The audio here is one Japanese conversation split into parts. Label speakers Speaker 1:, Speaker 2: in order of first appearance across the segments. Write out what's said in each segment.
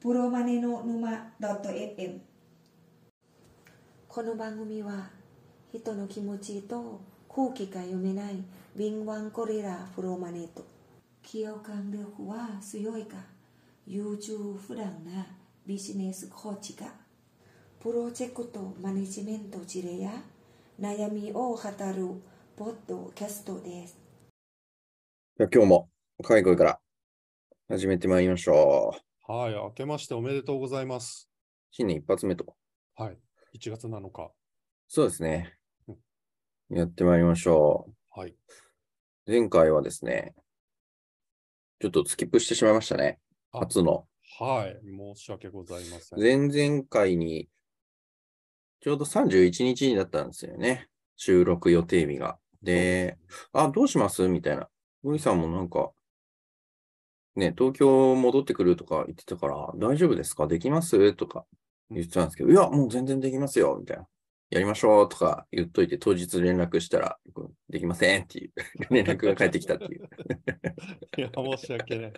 Speaker 1: プロマネの沼 .fm この番組は人の気持ちと空気が読めない敏腕コレラプロマネと企業間力は強いか優柔不断なビジネスコーチがプロジェクトマネジメント事例や悩みを語るポッドキャストです。
Speaker 2: じゃあ今日も海外から始めてまいりましょう。
Speaker 3: はい、明けましておめでとうございます。
Speaker 2: 新年一発目と。
Speaker 3: はい、1月7日。
Speaker 2: そうですね
Speaker 3: う。
Speaker 2: やってまいりましょ
Speaker 3: はい。
Speaker 2: う。前回はですね、ちょっとスキップしてしまいましたね。
Speaker 3: あ
Speaker 2: 初の。
Speaker 3: はい、申し訳ございません。
Speaker 2: 前々回に、ちょうど31日になったんですよね。収録予定日が。で、あ、どうしますみたいな。森さんもなんか、ね、東京戻ってくるとか言ってたから、大丈夫ですかできますとか言ってたんですけど、いや、もう全然できますよみたいな。やりましょうとか言っといて、当日連絡したら、うんできませんっていう連絡が返ってきたっていう。
Speaker 3: いや、申し訳ない。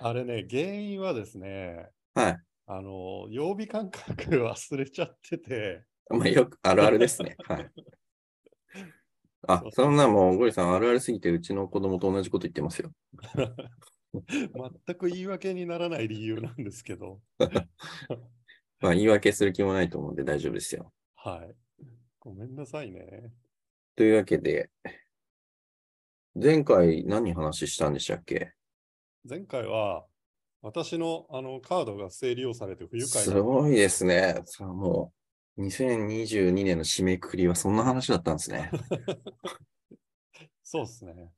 Speaker 3: あれね、原因はですね、
Speaker 2: はい。
Speaker 3: あの、曜日感覚忘れちゃってて、
Speaker 2: まあ、よくあるあるですね。 はい。あ
Speaker 3: そう、
Speaker 2: そんなんもう、ゴリさん、あるあるすぎて、うちの子供と同じこと言ってますよ。
Speaker 3: 全く言い訳にならない理由なんですけど、
Speaker 2: まあ、言い訳する気もないと思うんで大丈夫ですよ。
Speaker 3: はい。ごめんなさいね。
Speaker 2: というわけで、前回何話したんでしたっけ
Speaker 3: 前回は、私のあのカードが整理をされて不愉快
Speaker 2: す
Speaker 3: な
Speaker 2: ごいですね。さあ、もう、2022年の締めくくりはそんな話だったんです ね。
Speaker 3: そうですね。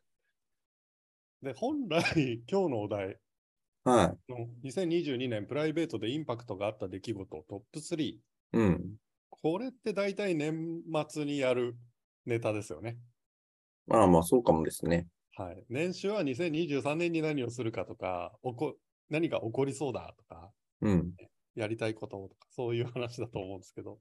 Speaker 3: で、本来、今日のお題、
Speaker 2: は
Speaker 3: の2022年プライベートでインパクトがあった出来事トップ3。
Speaker 2: い。うん。
Speaker 3: これって大体年末にやるネタですよね。
Speaker 2: まあまあ、そうかもですね。
Speaker 3: はい。年始は2023年に何をするかとか、おこ何が起こりそうだとか、
Speaker 2: うん。
Speaker 3: やりたいこととか、そういう話だと思うんですけど。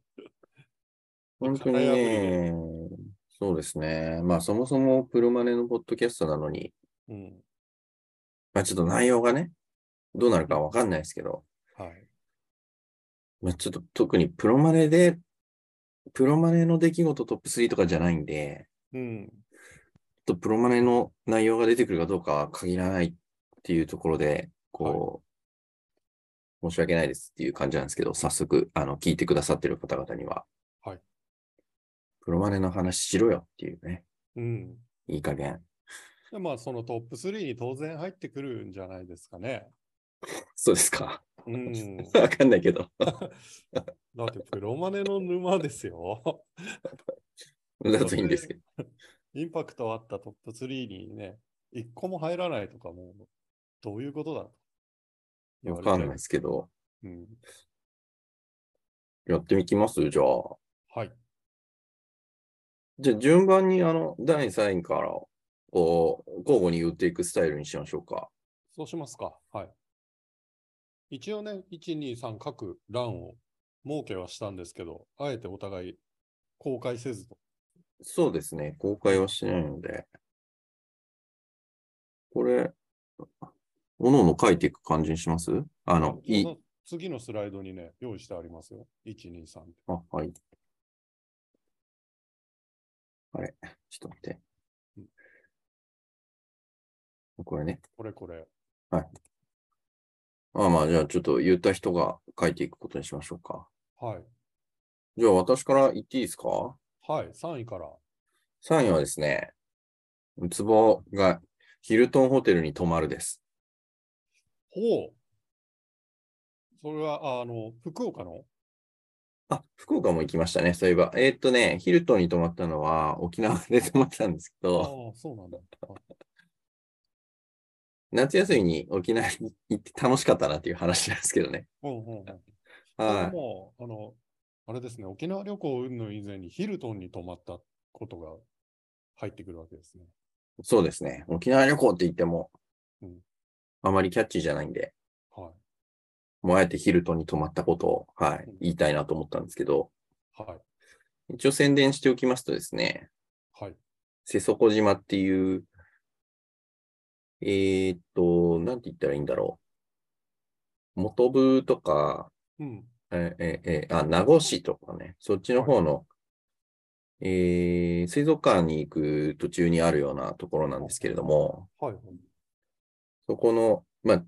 Speaker 2: 本当に
Speaker 3: 型破り
Speaker 2: ね
Speaker 3: で、
Speaker 2: そうですね。まあ、そもそもプロマネのポッドキャストなのに、
Speaker 3: うん。
Speaker 2: まあ、ちょっと内容がね、どうなるかわかんないですけど、
Speaker 3: はい。
Speaker 2: まあ、ちょっと特にプロマネで、プロマネの出来事トップ3とかじゃないんで、
Speaker 3: うん。
Speaker 2: ちょっとプロマネの内容が出てくるかどうかは限らないっていうところで、こう、申し訳ないですっていう感じなんですけど、早速、あの、聞いてくださってる方々には、
Speaker 3: はい。
Speaker 2: プロマネの話しろよっていうね、
Speaker 3: うん。
Speaker 2: いい加減。
Speaker 3: でまあ、そのトップ3に当然入ってくるんじゃないですかね。
Speaker 2: そうですか。
Speaker 3: うん。だ
Speaker 2: わかんないけど。
Speaker 3: って、プロマネの沼ですよ。
Speaker 2: だといいんですけど。
Speaker 3: インパクトあったトップ3にね、一個も入らないとかもう、どういうことだと言
Speaker 2: わ
Speaker 3: れちゃ
Speaker 2: か
Speaker 3: うん
Speaker 2: ないですけど。
Speaker 3: うん。
Speaker 2: やってみきますじゃあ。
Speaker 3: はい。
Speaker 2: じゃあ順番にあの、第3位から、こう、交互に言っていくスタイルにしましょうか。
Speaker 3: そうしますか。はい。一応ね、1、2、3各欄を設けはしたんですけど、あえてお互い公開せずと。
Speaker 2: そうですね。公開はしないので。これ、おのおの書いていく感じにしますあの、い、
Speaker 3: その次のスライドにね、用意してありますよ。1、2、3。
Speaker 2: あ、はい。あれ、ちょっと待って。これね。
Speaker 3: これこれ。
Speaker 2: まあまあ、じゃあちょっと言った人が書いていくことにしましょうか。
Speaker 3: はい。
Speaker 2: じゃあ私から言っていいですか
Speaker 3: はい。3位から。
Speaker 2: 3位はですね、ウツボがヒルトンホテルに泊まるです。
Speaker 3: ほう。それは、あの、福岡の
Speaker 2: あ、福岡も行きましたね、そういえば。えーっとね、ヒルトンに泊まったのは沖縄で泊まったんですけ
Speaker 3: ああ
Speaker 2: ど、、
Speaker 3: そうなんだ。あ
Speaker 2: 夏休みに沖縄に行って楽しかったなっていう話なんですけどね。
Speaker 3: うんうんうん。
Speaker 2: は
Speaker 3: もう、あの、あれですね、沖縄旅行云々以前にヒルトンに泊まったことが入ってくるわけですね。
Speaker 2: い。そうですね。沖縄旅行って言っても
Speaker 3: うん、
Speaker 2: あまりキャッチーじゃないんで、
Speaker 3: は
Speaker 2: もうあえてヒルトンに泊まったことを、はい
Speaker 3: うん、
Speaker 2: 言いたいなと思ったんですけど、
Speaker 3: い。はい。
Speaker 2: 一応宣伝しておきますとですね、
Speaker 3: はい。
Speaker 2: 瀬底島っていう、えーっと、なんて言ったらいいんだろ元部とか、
Speaker 3: うん。
Speaker 2: えええあ、名護市とかね、そっちの方の、えー水族館に行く途中にあるようなところなんですけれども、
Speaker 3: はい。
Speaker 2: そこの、まあ、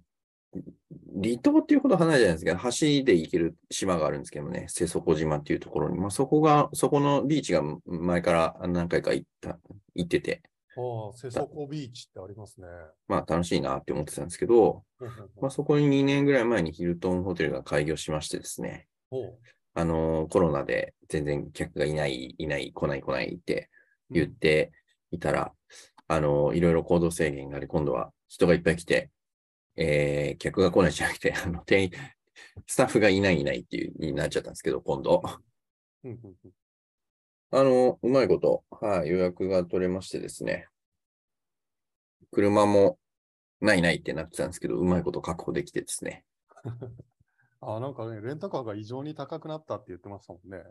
Speaker 2: 離島っていうほど離れじゃないですけど、橋で行ける島があるんですけどね、瀬底島っていうところに、まあ、そこが、そこのビーチが前から何回か行った、行ってて、
Speaker 3: ああ、瀬底ビーチってありますね。
Speaker 2: まあ楽しいなって思ってたんですけど、
Speaker 3: ほうほうほ
Speaker 2: ま
Speaker 3: う
Speaker 2: あ、そこに2年ぐらい前にヒルトンホテルが開業しましてですね、
Speaker 3: ほう
Speaker 2: あのコロナで全然客がいない、いない、来ない、来ないって言っていたら、あの、いろいろ行動制限があり、今度は人がいっぱい来て、えー客が来ないじゃなくて、あの、店員、スタッフがいないいないっていう、になっちゃったんですけど、今度。
Speaker 3: うんうんうん
Speaker 2: あの、うまいこと、はい、予約が取れましてですね、車もないないってなってたんですけど、うまいこと確保できてですね。
Speaker 3: ああ、なんかね、レンタカーが異常に高くなったって言ってましたもんね。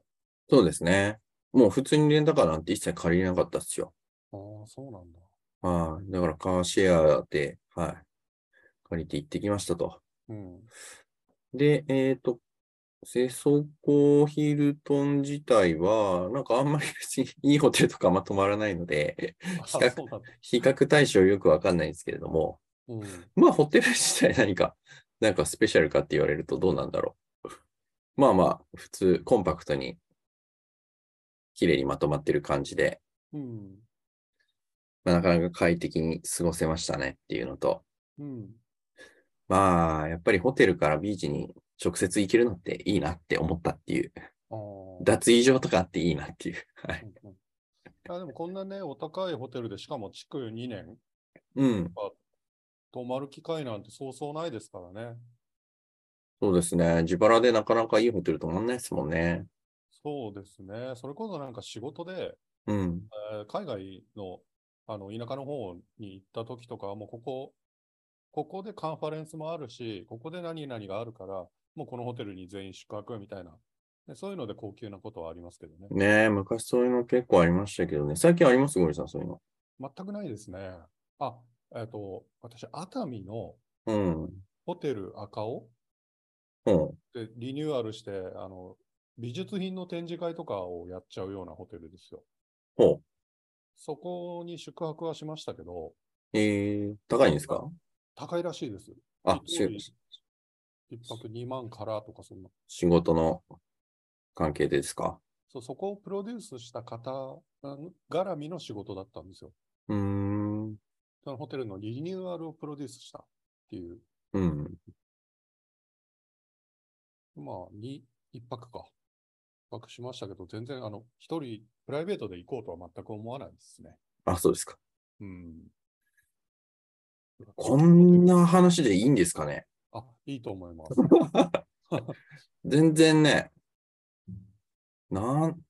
Speaker 2: そうですね。もう普通にレンタカーなんて一切借りれなかったっすよ。
Speaker 3: ああ、そうなんだ。
Speaker 2: はい。だからカーシェアで、はい。借りて行ってきましたと。
Speaker 3: うん。
Speaker 2: で、えっと、セソコヒルトン自体は、なんかあんまり別にいいホテルとかあんま泊まらないので、
Speaker 3: ああ、
Speaker 2: 比
Speaker 3: そ
Speaker 2: 較
Speaker 3: うなんだ。
Speaker 2: 比較対象よくわかんないんですけれども、
Speaker 3: うん。
Speaker 2: まあホテル 自体何か、なんかスペシャルかって言われるとどうなんだろう。まあまあ、普通、コンパクトに、綺麗にまとまってる感じで、
Speaker 3: うん。
Speaker 2: まあ、なかなか快適に過ごせましたねっていうのと、
Speaker 3: うん。
Speaker 2: まあ、やっぱりホテルからビーチに直接行けるのっていいなって思ったっていう。
Speaker 3: ああ。
Speaker 2: 脱衣所とかあっていいなっていう。はい。
Speaker 3: うんうんいやでもこんなね、お高いホテルで、しかも築2年
Speaker 2: うん。
Speaker 3: 泊まる機会なんてそうそうないですからね。
Speaker 2: そうですね。自腹でなかなかいいホテル泊まんないですもんね。
Speaker 3: そうですね。それこそなんか仕事で、
Speaker 2: うん。
Speaker 3: えー海外のあの田舎の方に行った時とかは、もうここ、ここでカンファレンスもあるし、ここで何々があるから、もうこのホテルに全員宿泊みたいな、ね、そういうので高級なことはありますけどね。
Speaker 2: ねえ、昔そういうの結構ありましたけどね。最近ありますゴリさん、そういうの。
Speaker 3: 全くないですね。あ、えっ、と、私、熱海の
Speaker 2: うん。
Speaker 3: ホテル赤尾
Speaker 2: うん。
Speaker 3: でリニューアルしてあの、美術品の展示会とかをやっちゃうようなホテルですよ。
Speaker 2: ほう。
Speaker 3: そこに宿泊はしましたけど、
Speaker 2: えー、高いんですか
Speaker 3: 高いらしいです。
Speaker 2: あ、
Speaker 3: 一人
Speaker 2: し
Speaker 3: 一泊2万からとかそんな。
Speaker 2: 仕事の関係でですか
Speaker 3: そうそこをプロデュースした方うん絡みの仕事だったんですよ。
Speaker 2: うーん。
Speaker 3: そのホテルのリニューアルをプロデュースしたっていう、
Speaker 2: うん。
Speaker 3: まあ、に一泊か。一泊しましたけど、全然、あの、一人、プライベートで行こうとは全く思わないですね。
Speaker 2: あ、そうですか。
Speaker 3: うん。
Speaker 2: こんな話でいいんですかね
Speaker 3: あ、いいと思います。
Speaker 2: 全然ね、なん、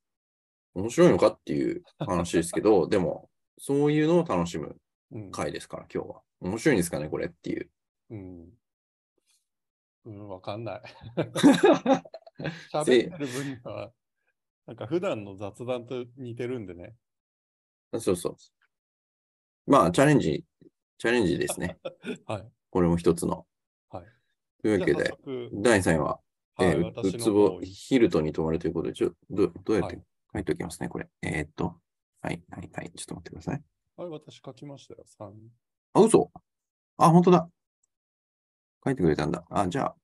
Speaker 2: 面白いのかっていう話ですけ ど、でも、そういうのを楽しむ
Speaker 3: うん。
Speaker 2: 回ですから、今日は。面白いんですかね、これっていう。
Speaker 3: うん。うん、わか んない。喋
Speaker 2: せ
Speaker 3: ってる分には、なんか普段の雑談と似てるんでね。
Speaker 2: そうそう。まあ、チャレンジ、チャレンジです ね。
Speaker 3: はい。
Speaker 2: これも一つの。
Speaker 3: はい
Speaker 2: というわけ
Speaker 3: じゃ
Speaker 2: で
Speaker 3: あ、早速
Speaker 2: 第3位は、
Speaker 3: はい、
Speaker 2: えーう
Speaker 3: 私
Speaker 2: う
Speaker 3: の
Speaker 2: つ
Speaker 3: 方
Speaker 2: ぼ
Speaker 3: に
Speaker 2: ヒルトンに泊まるということで、ちょどどうやっ
Speaker 3: は
Speaker 2: て
Speaker 3: い
Speaker 2: 書いておきますね、これ。えーっと、はい、はい、はい、ちょっと待ってください。
Speaker 3: あれ、私書きましたよ。三
Speaker 2: あ、嘘。あ、本当だ。書いてくれたんだ。あ、じゃあ、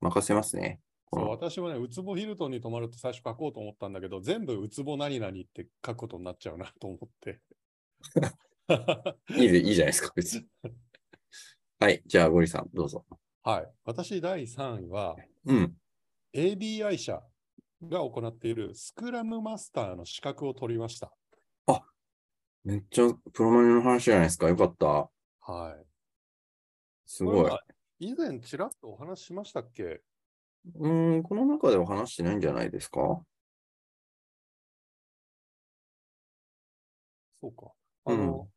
Speaker 2: 任せますね。こ
Speaker 3: そ
Speaker 2: の
Speaker 3: う私はね、ウツボヒルトンに泊まるって最初書こうと思ったんだけど、全部ウツボ何々って書くことになっちゃうなと思って。
Speaker 2: いいで、いいじゃないですか、別に。 はい、じゃあ、ゴリさん、どうぞ。
Speaker 3: はい。私、第3位は、
Speaker 2: うん。
Speaker 3: ABI 社が行っているスクラムマスターの資格を取りました。
Speaker 2: めっちゃプロマネの話じゃないですか。よかった。
Speaker 3: はい。
Speaker 2: すごい
Speaker 3: こ。れは以前、ちらっとお話ししましたっけ
Speaker 2: うーん、この中では話してないんじゃないですか
Speaker 3: そうか。あの、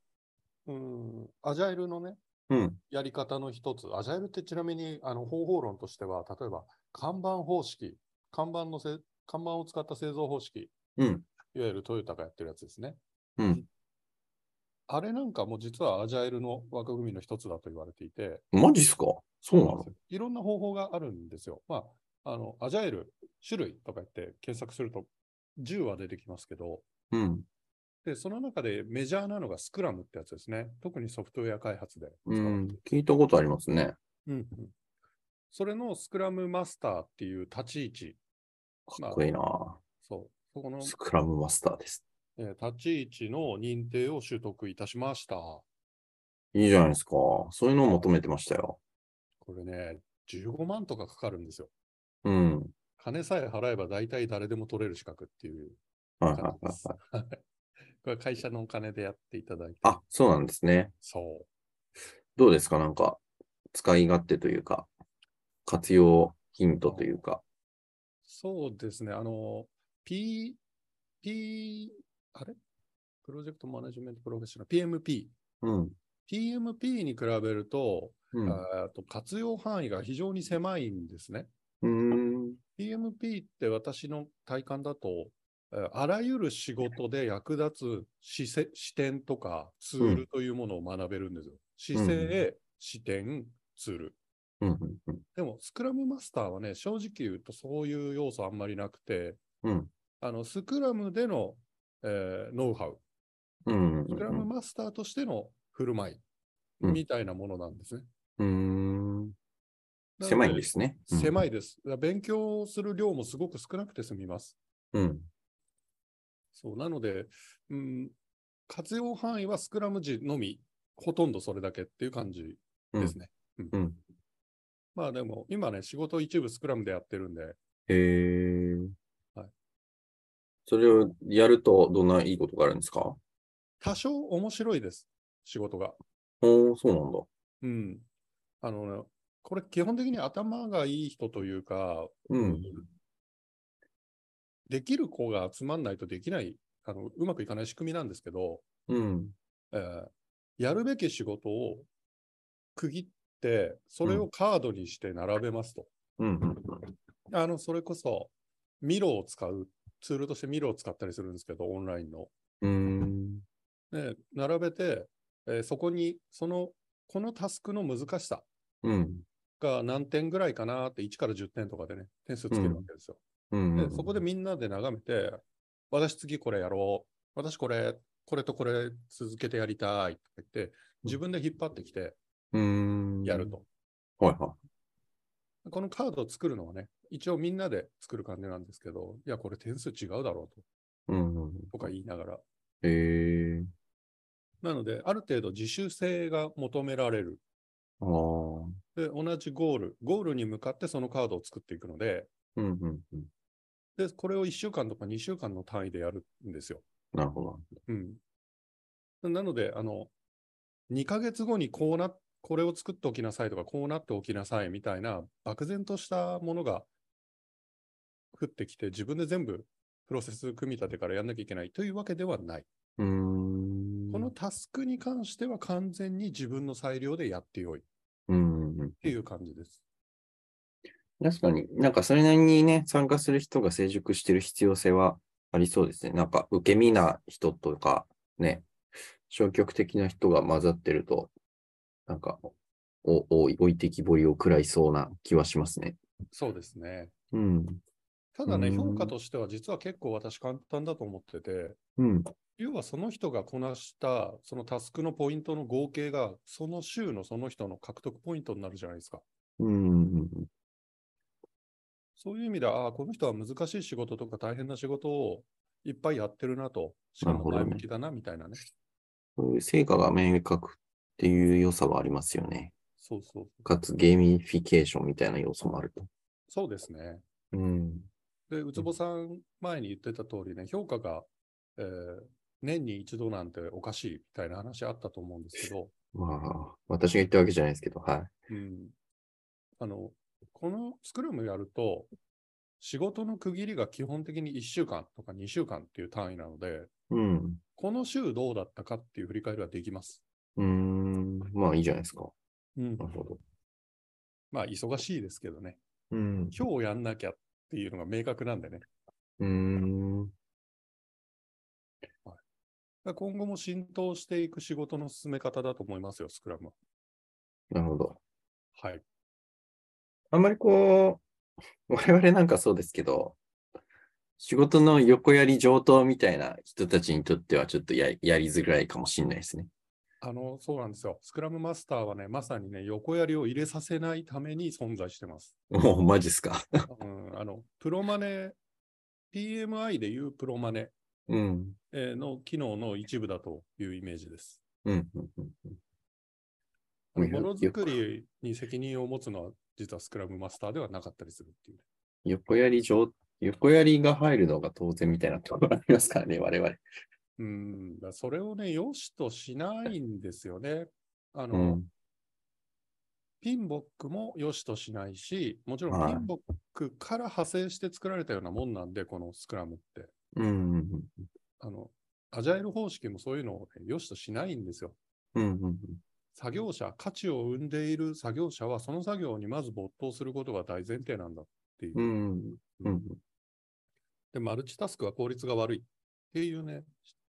Speaker 3: うん、アジャイルのね、
Speaker 2: うん。
Speaker 3: やり方の一つ、アジャイルってちなみにあの方法論としては、例えば看板方式、看板のせ看板を使った製造方式、
Speaker 2: うん。
Speaker 3: いわゆるトヨタがやってるやつですね。
Speaker 2: うん。
Speaker 3: あれなんかも実はアジャイルの枠組みの一つだと言われていて、
Speaker 2: マジっすかそうなの
Speaker 3: いろんな方法があるんですよ。まあ、あの、アジャイル種類とか言って検索すると10は出てきますけど、
Speaker 2: うん。
Speaker 3: で、その中でメジャーなのがスクラムってやつですね。特にソフトウェア開発で
Speaker 2: う
Speaker 3: 使われてる
Speaker 2: ん。聞いたことありますね。
Speaker 3: うんうんそれのスクラムマスターっていう立ち位置、
Speaker 2: かっこいいな。
Speaker 3: そう、そこの、
Speaker 2: スクラムマスターです。
Speaker 3: えー立ち位置の認定を取得いたしました。こ
Speaker 2: いいじゃないですか。そういうのを求めてましたよ。
Speaker 3: れね、15万とかかかるんですよ。
Speaker 2: うん。
Speaker 3: 金さえ払えば大体誰でも取れる資格っていう
Speaker 2: はいはいはい
Speaker 3: 感じで
Speaker 2: はい
Speaker 3: す。。はいこれ会社のお金でやっていただいて。
Speaker 2: あ、そうなんですね。
Speaker 3: そう。
Speaker 2: どうですかなんか、使い勝手というか、活用ヒントというか。
Speaker 3: そうですね。あの、P、P、あれプロジェクトマネジメントプロフェッショナル、PMP。
Speaker 2: うん。
Speaker 3: PMP に比べると、
Speaker 2: う
Speaker 3: え
Speaker 2: ん。
Speaker 3: ーと活用範囲が非常に狭いんですね。
Speaker 2: うーん。
Speaker 3: PMP って私の体感だと、えーあらゆる仕事で役立つ視せ視点とかツールというものを学べるんですよ。視勢、視点、ツール。
Speaker 2: うん。うん
Speaker 3: でも、スクラムマスターはね、正直言うとそういう要素あんまりなくて、
Speaker 2: うん。
Speaker 3: あのスクラムでの、えーノウハウ、
Speaker 2: うん。
Speaker 3: スクラムマスターとしての振る舞い
Speaker 2: うん
Speaker 3: みたいなものなんですね。
Speaker 2: うん。うーん
Speaker 3: なの
Speaker 2: 狭いんですね。うん
Speaker 3: 狭いです。だから勉強する量もすごく少なくて済みます。
Speaker 2: うん。
Speaker 3: そうなので、うん、活用範囲はスクラム時のみ、ほとんどそれだけっていう感じ
Speaker 2: うん
Speaker 3: ですね。うん
Speaker 2: うん
Speaker 3: まあでも、今ね、仕事一部スクラムでやってるんで、
Speaker 2: へー
Speaker 3: はい
Speaker 2: それをやるとどんないいことがあるんですか
Speaker 3: 多少面白いです、仕事が。
Speaker 2: おー、そう
Speaker 3: うん。あのね、これ基本的に頭がいい人というか、
Speaker 2: なんだ。うん。
Speaker 3: できる子が集まんないとできない、あのうまくいかない仕組みなんですけど、
Speaker 2: うん。
Speaker 3: えーやるべき仕事を区切って、それをカードにして並べますと。
Speaker 2: うん。うん
Speaker 3: あの、それこそ、ミロを使う、ツールとしてミロを使ったりするんですけど、オンラインの。
Speaker 2: うん。
Speaker 3: ね、並べて、えーそこに、その、このタスクの難しさ
Speaker 2: うん。
Speaker 3: が何点ぐらいかなって、1から10点とかでね、点数つけるわけですよ。
Speaker 2: うん。
Speaker 3: で、そこでみんなで眺めて、私次これやろう。私これ、これとこれ続けてやりたいって言って、自分で引っ張ってきて
Speaker 2: うん。
Speaker 3: やると。
Speaker 2: はいは
Speaker 3: このカードを作るのはね、一応みんなで作る感じなんですけど、いや、これ点数違うだろうと
Speaker 2: い。うん。
Speaker 3: とか言いながら。
Speaker 2: へー
Speaker 3: なので、ある程度自主性が求められる。
Speaker 2: あー。
Speaker 3: で、同じゴール、ゴールに向かってそのカードを作っていくので、
Speaker 2: うんうんうん。
Speaker 3: で、これを1週間とか2週間の単位でやるんですよ。
Speaker 2: なるほ
Speaker 3: うん。なので、あの、2ヶ月後にこうな、これを作っておきなさいとか、こうなっておきなさいみたいな、漠然としたものが降ってきて、自分で全部プロセス組み立てからやんなきゃいけないというわけではない。
Speaker 2: ど。うーん。
Speaker 3: このタスクに関しては完全に自分の裁量でやってよいっ
Speaker 2: うんうん。
Speaker 3: ていう感じです。
Speaker 2: 確かになんかそれなりにね、参加する人が成熟してる必要性はありそうですね。なんか受け身な人とか、ね、消極的な人が混ざってると、なんか、お、お置いてきぼりを食らいそうな気はしますね。
Speaker 3: そうですね。
Speaker 2: うん。
Speaker 3: ただね、
Speaker 2: うん
Speaker 3: 評価としては実は結構私簡単だと思ってて、
Speaker 2: うん。
Speaker 3: 要はその人がこなしたそのタスクのポイントの合計がその週のその人の獲得ポイントになるじゃないですか。
Speaker 2: うん。
Speaker 3: そういう意味で、ああ、この人は難しい仕事とか大変な仕事をいっぱいやってるなと、しかも
Speaker 2: なるほど
Speaker 3: 前
Speaker 2: ね
Speaker 3: 向きだなみたいなね。
Speaker 2: そういう成果が明確っていう良さはありますよね。
Speaker 3: そうそう。
Speaker 2: かつゲーミフィケーションみたいな要素もあると。
Speaker 3: そうですね。
Speaker 2: うん。
Speaker 3: で、ウツボさん前に言ってた通りね、評価が、えー年に一度なんておかしいみたいな話あったと思うんですけど、
Speaker 2: まあ、私が言ったわけじゃないですけど、はい。
Speaker 3: うん、あの、このスクラムやると、仕事の区切りが基本的に1週間とか2週間っていう単位なので、
Speaker 2: うん。
Speaker 3: この週どうだったかっていう振り返りはできます。
Speaker 2: うーん。まあ、いいじゃないですか。
Speaker 3: うん
Speaker 2: なるほど。
Speaker 3: まあ、忙しいですけどね、
Speaker 2: うん。
Speaker 3: 今日やんなきゃっていうのが明確なんでね。
Speaker 2: うーん。
Speaker 3: が今後も浸透していく仕事の進め方だと思いますよ、スクラムは。
Speaker 2: なるほど。
Speaker 3: はい。
Speaker 2: あんまりこう、我々なんかそうですけど、仕事の横やり上等みたいな人たちにとってはちょっとややりづらいかもしれないですね。
Speaker 3: あの、そうなんですよ。スクラムマスターはね、まさにね、横やりを入れさせないために存在してます。
Speaker 2: もうマジっすか。
Speaker 3: うん、あの、プロマネ、PMI でいうプロマネ
Speaker 2: うん。
Speaker 3: えーの機能の一部だというイメージです。
Speaker 2: うん。うんうん
Speaker 3: あの
Speaker 2: いや
Speaker 3: ものづくりに責任を持つのは、実はスクラムマスターではなかったりするっていう。
Speaker 2: 横やり上、横やりが入るのが当然みたいなところありますからね、我々。
Speaker 3: うん、だそれをね、良しとしないんですよね。あの、
Speaker 2: うん。
Speaker 3: ピンボックも良しとしないし、もちろ
Speaker 2: は
Speaker 3: ん
Speaker 2: い
Speaker 3: ピンボックから派生して作られたようなもんなんで、このスクラムって。
Speaker 2: うん。うん
Speaker 3: あの、アジャイル方式もそういうのを、ね、良しとしないんですよ。
Speaker 2: うん。うんうん
Speaker 3: 作業者、価値を生んでいる作業者は、その作業にまず没頭することが大前提なんだっていう。
Speaker 2: うん。うんうん。
Speaker 3: で、マルチタスクは効率が悪いっていうね、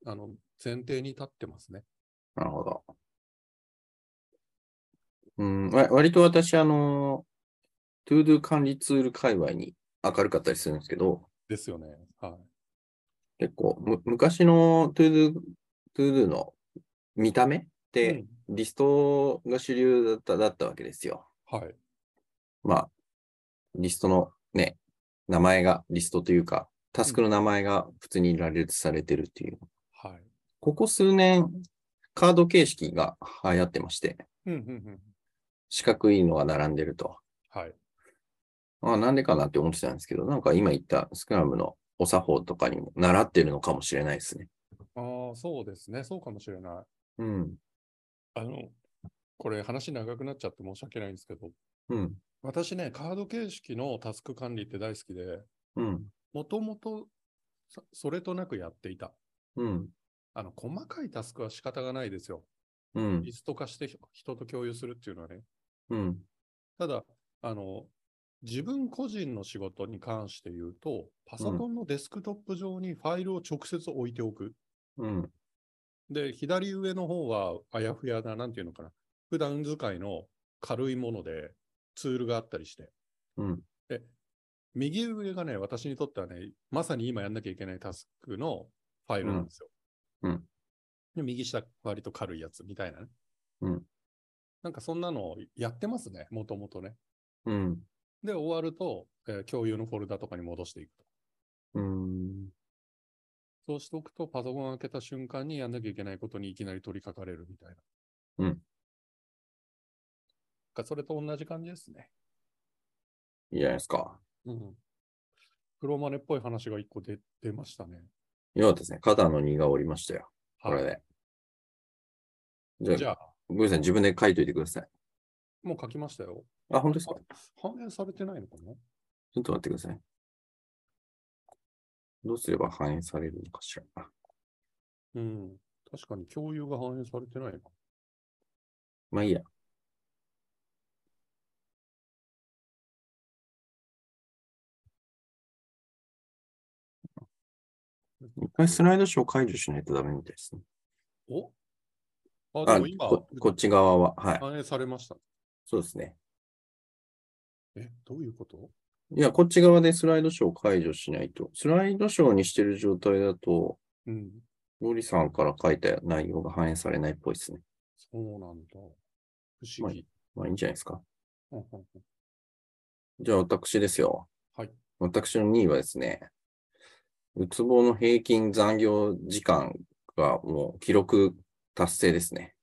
Speaker 3: あの、前提に立ってますね。
Speaker 2: なるほど。うん、わ割と私、あの、トゥードゥ管理ツール界隈に明るかったりするんですけど、
Speaker 3: ですよね。はい。
Speaker 2: 結構む、昔のトゥードゥ、トゥードゥの見た目って、
Speaker 3: うん
Speaker 2: リストが主流だっただったわけですよ。
Speaker 3: はい。
Speaker 2: まあ、リストのね、名前がリストというか、タスクの名前が普通に羅列されてるっていう。
Speaker 3: はい。
Speaker 2: ここ数年、カード形式が流行ってまして、
Speaker 3: うん、うん、うん。
Speaker 2: 四角いのが並んでると。
Speaker 3: はい。
Speaker 2: あなんでかなって思ってたんですけど、なんか今言ったスクラムのお作法とかにも習ってるのかもしれないですね。
Speaker 3: ああ、そうですね。そうかもしれない。
Speaker 2: うん。
Speaker 3: あの、これ話長くなっちゃって申し訳ないんですけど、
Speaker 2: うん。
Speaker 3: 私ね、カード形式のタスク管理って大好きで、
Speaker 2: うん。
Speaker 3: もともとそそれとなくやっていた。
Speaker 2: うん。
Speaker 3: あの、細かいタスクは仕方がないですよ。
Speaker 2: うん
Speaker 3: リ。スト化してひ人と共有するっていうのはね。
Speaker 2: うん。
Speaker 3: ただ、あの、自分個人の仕事に関して言うと、パソコンのデスクトップ上にファイルを直接置いておく。
Speaker 2: うん。
Speaker 3: で、左上の方はあやふやな、なんていうのかな。普段使いの軽いものでツールがあったりして。
Speaker 2: うん。
Speaker 3: 右上がね、私にとってはね、まさに今やんなきゃいけないタスクのファイルなんですよ。
Speaker 2: うんうん
Speaker 3: で右下、割と軽いやつみたいなね。
Speaker 2: うん
Speaker 3: なんかそんなのやってますね、もともとね。
Speaker 2: うん。
Speaker 3: で、終わると、えー共有のフォルダとかに戻していくと。
Speaker 2: うん。
Speaker 3: そうしておくと、パソコンを開けた瞬間にやんなきゃいけないことにいきなり取り掛かれるみたいな。
Speaker 2: うん
Speaker 3: なんかそれと同じ感じですね。
Speaker 2: いいじゃないですか。
Speaker 3: うん。プロマネっぽい話が一個出出ましたね。
Speaker 2: よかったですね。肩の荷が下りましたよ。これで。じ
Speaker 3: じ
Speaker 2: ゃ
Speaker 3: ゃ
Speaker 2: あ、
Speaker 3: あ、
Speaker 2: ごめんなさい。自分で書いといてください。
Speaker 3: もう書きましたよ。
Speaker 2: あ、本当ですか
Speaker 3: 反映されてないのかな
Speaker 2: ちょっと待ってください。どうすれば反映されるのかしら。
Speaker 3: うん。確かに共有が反映されてないな。
Speaker 2: まあいいや。一回スライドショー解除しないとダメみたいですね。
Speaker 3: おあ、で
Speaker 2: あ
Speaker 3: も今、
Speaker 2: こ、こっち側は。はい。
Speaker 3: 反映されました。
Speaker 2: そうですね。
Speaker 3: え、どういうこと
Speaker 2: いや、こっち側でスライドショー解除しないと。スライドショーにしてる状態だと、
Speaker 3: うん。
Speaker 2: ロリさんから書いた内容が反映されないっぽいですね。
Speaker 3: そうなんだ。不思
Speaker 2: は
Speaker 3: 議。
Speaker 2: まあいいんじゃないですか。
Speaker 3: うんうんうん
Speaker 2: じゃあ私ですよ。
Speaker 3: はい。
Speaker 2: 私の2位はですね、うつぼの平均残業時間がもう記録達成ですね。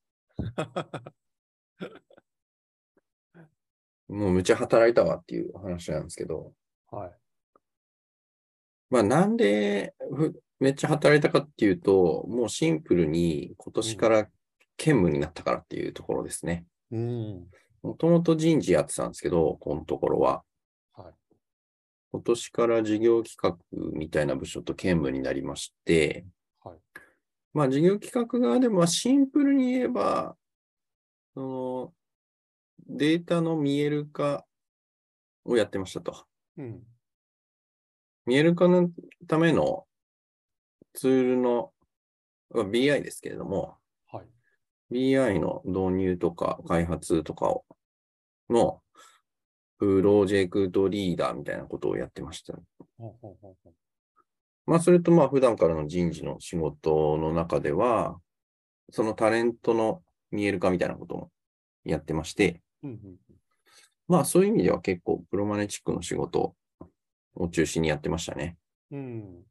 Speaker 2: もうむちゃ働いたわっていう話なんですけど、
Speaker 3: はい。
Speaker 2: まあなんでふめっちゃ働いたかっていうと、もうシンプルに今年から兼務になったからって いうところですね。
Speaker 3: うん。
Speaker 2: もともと人事やってたんですけど、このところは。
Speaker 3: はい。
Speaker 2: 今年から事業企画みたいな部署と兼務になりまして、
Speaker 3: はい。
Speaker 2: まあ事業企画側でもまあシンプルに言えば、そのデータの見える化をやってましたと。
Speaker 3: うん。
Speaker 2: 見える化のためのツールの BI ですけれども、
Speaker 3: はい。
Speaker 2: BI の導入とか開発とかを、の、プロジェクトリーダーみたいなことをやってました。
Speaker 3: ほうほうほうほう
Speaker 2: まあ、それとまあ、普段からの人事の仕事の中では、そのタレントの見える化みたいなこともやってまして、
Speaker 3: うんうんうん
Speaker 2: まあ、そういう意味では結構プロマネチックの仕事を中心にやってましたね。
Speaker 3: うん。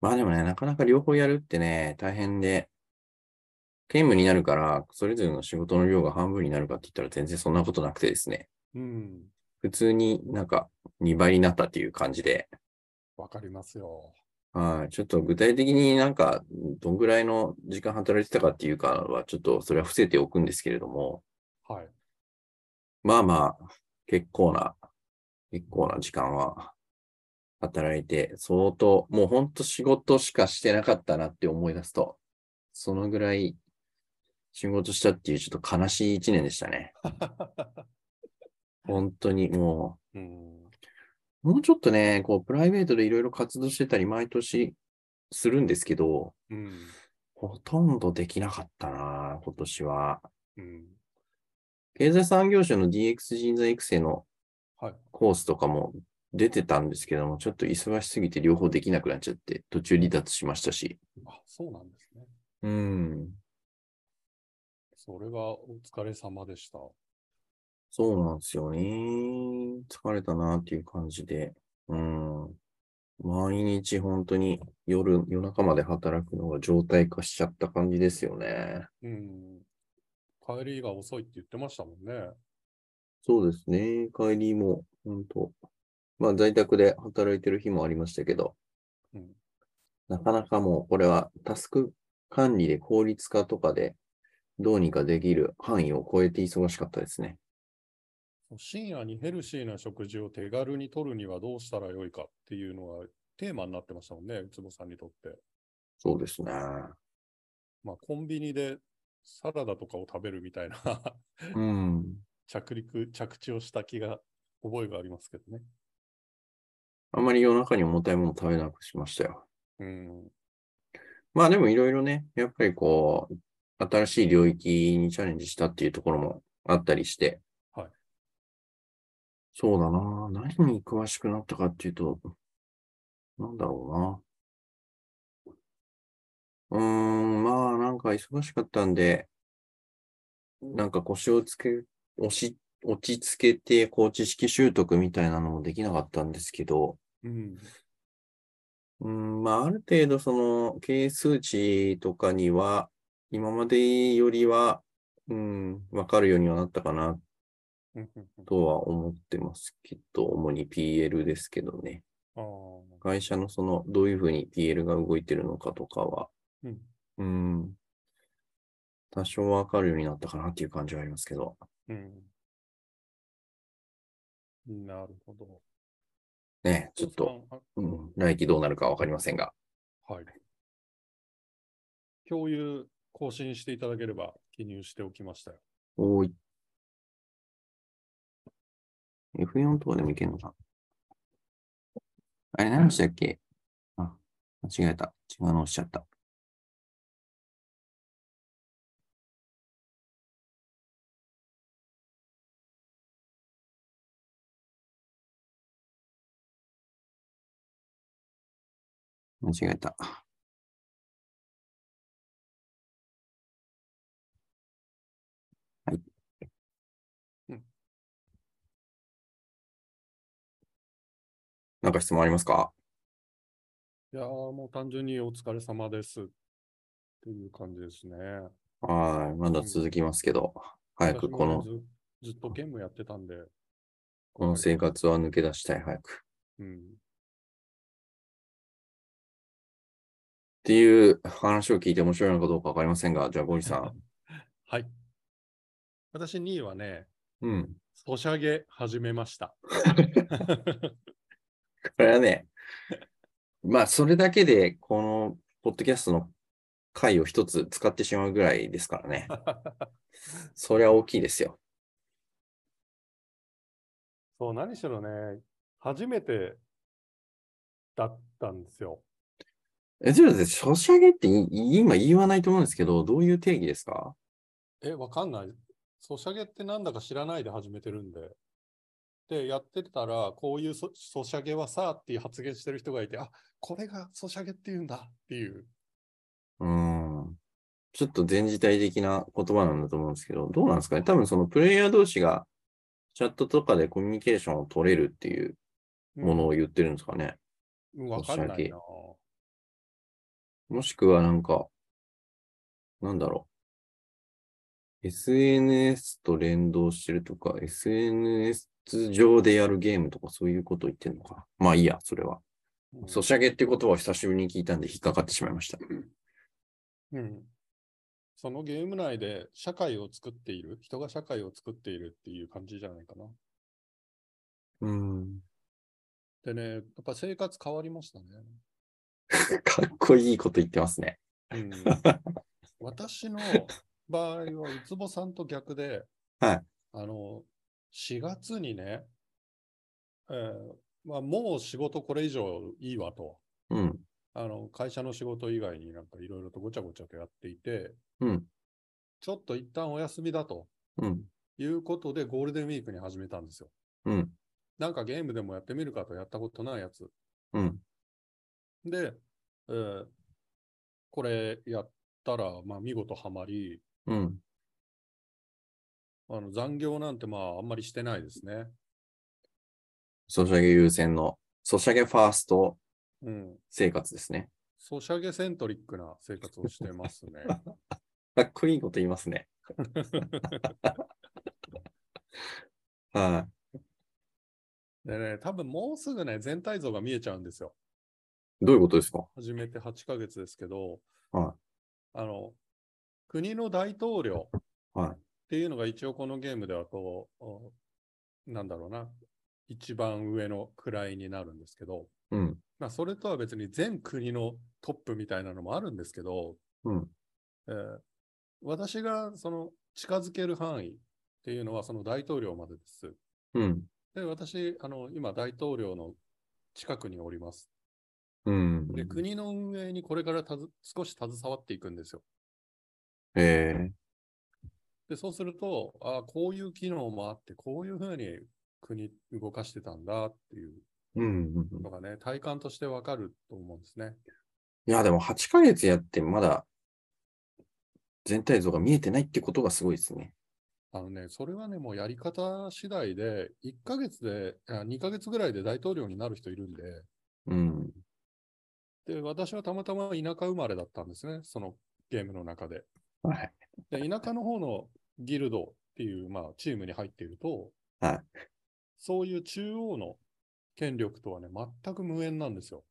Speaker 2: まあでもね、なかなか両方やるってね、大変で、兼務になるから、それぞれの仕事の量が半分になるかって言ったら全然そんなことなくてですね、
Speaker 3: うん。
Speaker 2: 普通になんか2倍になったっていう感じで、
Speaker 3: わかりますよ。
Speaker 2: はい、ちょっと具体的になんかどんぐらいの時間働いてたかっていうかは、ちょっとそれは伏せておくんですけれども、
Speaker 3: はい。
Speaker 2: まあまあ、結構な、結構な時間は働いて、相当、もうほんと仕事しかしてなかったなって思い出すと、そのぐらい仕事したっていうちょっと悲しい一年でしたね。本当にも
Speaker 3: うん。は
Speaker 2: う、もうちょっとね、こう、プライベートでいろいろ活動してたり、毎年するんですけど、
Speaker 3: うん。
Speaker 2: ほとんどできなかったな、今年は。
Speaker 3: うん。
Speaker 2: 経済産業省の DX 人材育成の
Speaker 3: はい。
Speaker 2: コースとかも出てたんですけども、ちょっと忙しすぎて両方できなくなっちゃって、途中離脱しましたし。
Speaker 3: あ、そうなんですね。
Speaker 2: うん。
Speaker 3: それはお疲れ様でした。
Speaker 2: そうなんですよね。疲れたなっていう感じで。うん。毎日本当に夜、夜中まで働くのが常態化しちゃった感じですよね。
Speaker 3: うん。帰りが遅いって言ってましたもんね。
Speaker 2: そうですね。帰りも、本当まあ在宅で働いてる日もありましたけど、
Speaker 3: うん
Speaker 2: なかなかもうこれはタスク管理で効率化とかでどうにかできる範囲を超えて忙しかったですね。
Speaker 3: 深夜にヘルシーな食事を手軽に取るにはどうしたらよいかっていうのがテーマになってましたもんね、ウツボさんにとって。
Speaker 2: そうですね。
Speaker 3: まあ、コンビニでサラダとかを食べるみたいな
Speaker 2: うん。
Speaker 3: 着陸、着地をした気が、覚えがありますけどね。
Speaker 2: あんまり夜中に重たいもの食べなくしましたよ。
Speaker 3: うん。
Speaker 2: まあでもいろいろね、やっぱりこう、新しい領域にチャレンジしたっていうところもあったりして。
Speaker 3: はい。
Speaker 2: そうだな。何に詳しくなったかっていうと、なんだろうな。うーん、まあなんか忙しかったんで、なんか腰をつけ、押し、落ち着けて、こう知識習得みたいなのもできなかったんですけど、
Speaker 3: うん。
Speaker 2: うん、まあ、ある程度、その、係数値とかには、今までよりは、うん、わかるようにはなったかな
Speaker 3: うんうんうん
Speaker 2: とは思ってますけど、主に PL ですけどね。
Speaker 3: ああ。
Speaker 2: 会社のその、どういうふうに PL が動いてるのかとかは、
Speaker 3: うん。
Speaker 2: うん、多少わかるようになったかなっていう感じはありますけど。
Speaker 3: うん。なるほど。
Speaker 2: ね、ちょっと、
Speaker 3: ウツボさん。
Speaker 2: うん、来期どうなるかわかりませんが。
Speaker 3: あはい。共有、更新していただければ記入しておきましたよ。
Speaker 2: おーい。F4 とかでもいけるのかなあれ、何でしたっけあ、間違えた。違うの押しちゃった。間違えた。なんか質問ありますか
Speaker 3: いやーもう単純にお疲れ様ですっていう感じですね。
Speaker 2: はい。まだ続きますけど、早く
Speaker 3: 私も
Speaker 2: この
Speaker 3: ず、ずっとゲームやってたんで、
Speaker 2: この生活は抜け出したい、早く。
Speaker 3: うん。
Speaker 2: っていう話を聞いて面白いのかどうかわかりませんが、じゃあ、ゴリさん。
Speaker 3: はい。私2位はね、
Speaker 2: うん。
Speaker 3: ソシャゲ始め ました。
Speaker 2: これはね、まあ、それだけで、この、ポッドキャストの回を一つ使ってしまうぐらいですからね。それは大きいですよ。
Speaker 3: そう、何しろね、初めてだったんですよ。
Speaker 2: え、ちょっと待って、ソシャゲってい今言わないと思うんですけど、どういう定義ですか
Speaker 3: え、わかんない。ソシャゲってなんだか知らないで始めてるんで。で、やってたら、こういうソソシャゲはさっていう発言してる人がいて、あ、これがソシャゲっていうんだっていう。
Speaker 2: うーん。ちょっと全時代的な言葉なんだと思うんですけど、どうなんですかね多分そのプレイヤー同士がチャットとかでコミュニケーションを取れるっていうものを言ってるんですかね、
Speaker 3: うんわかん
Speaker 2: ソ
Speaker 3: な
Speaker 2: シャ
Speaker 3: い
Speaker 2: ゲ
Speaker 3: な。
Speaker 2: もしくはなんか、なんだろう。SNS と連動してるとか、SNS 上でやるゲームとかそういうこと言ってんのかな。まあいいや、それは。
Speaker 3: うん
Speaker 2: ソシャゲっていうことは久しぶりに聞いたんで引っかかってしまいました。
Speaker 3: うん。そのゲーム内で社会を作っている、人が社会を作っているっていう感じじゃないかな。
Speaker 2: うん。
Speaker 3: でね、やっぱ生活変わりましたね。
Speaker 2: かっこいいこと言ってますね。
Speaker 3: うん、私の場合は、ウツボさんと逆で、
Speaker 2: はい
Speaker 3: あの、4月にね、えーまあ、もう仕事これ以上いいわと、
Speaker 2: うん。
Speaker 3: あの、会社の仕事以外になんかいろいろとごちゃごちゃとやっていて、
Speaker 2: うん。
Speaker 3: ちょっと一旦お休みだと
Speaker 2: うん。
Speaker 3: いうことでゴールデンウィークに始めたんですよ。
Speaker 2: うん。
Speaker 3: なんかゲームでもやってみるかとやったことないやつ。
Speaker 2: うん。
Speaker 3: で、えーこれやったら、まあ見事ハマり、
Speaker 2: うん。
Speaker 3: あの残業なんてまああんまりしてないですね。
Speaker 2: ソシャゲ優先の、ソシャゲファースト
Speaker 3: うん。
Speaker 2: 生活ですね。
Speaker 3: ソシャゲセントリックな生活をしてます ね。
Speaker 2: かっこいいこと言います ね。は
Speaker 3: でね、多分もうすぐね、全体像が見えちゃうんですよ。
Speaker 2: い。どういうことですか
Speaker 3: 始めて8ヶ月ですけど、
Speaker 2: はい
Speaker 3: あの、国の大統領
Speaker 2: はい
Speaker 3: っていうのが一応このゲームではこう、おなんだろうな、一番上の位になるんですけど、
Speaker 2: うん。
Speaker 3: まあ、それとは別に全国のトップみたいなのもあるんですけど、
Speaker 2: うん。
Speaker 3: えー私がその近づける範囲っていうのはその大統領までです。
Speaker 2: うん。
Speaker 3: で、私、あの、今大統領の近くにおります。
Speaker 2: うん。
Speaker 3: で、国の運営にこれからたず少し携わっていくんですよ。
Speaker 2: ええ
Speaker 3: で、そうすると、ああ、こういう機能もあって、こういうふうに国動かしてたんだっていう
Speaker 2: うんうんうん。
Speaker 3: のがね、体感としてわかると思うんですね。
Speaker 2: いや、でも8ヶ月やってまだ全体像が見えてないってことがすごいですね。
Speaker 3: あのね、それはね、もうやり方次第で、1ヶ月で、あ2ヶ月ぐらいで大統領になる人いるんで、
Speaker 2: うん。
Speaker 3: で、私はたまたま田舎生まれだったんですね、そのゲームの中で。
Speaker 2: はい。
Speaker 3: で、田舎の方のギルドっていう、まあ、チームに入っていると、
Speaker 2: はい
Speaker 3: そういう中央の権力とはね、全く無縁なんです よ。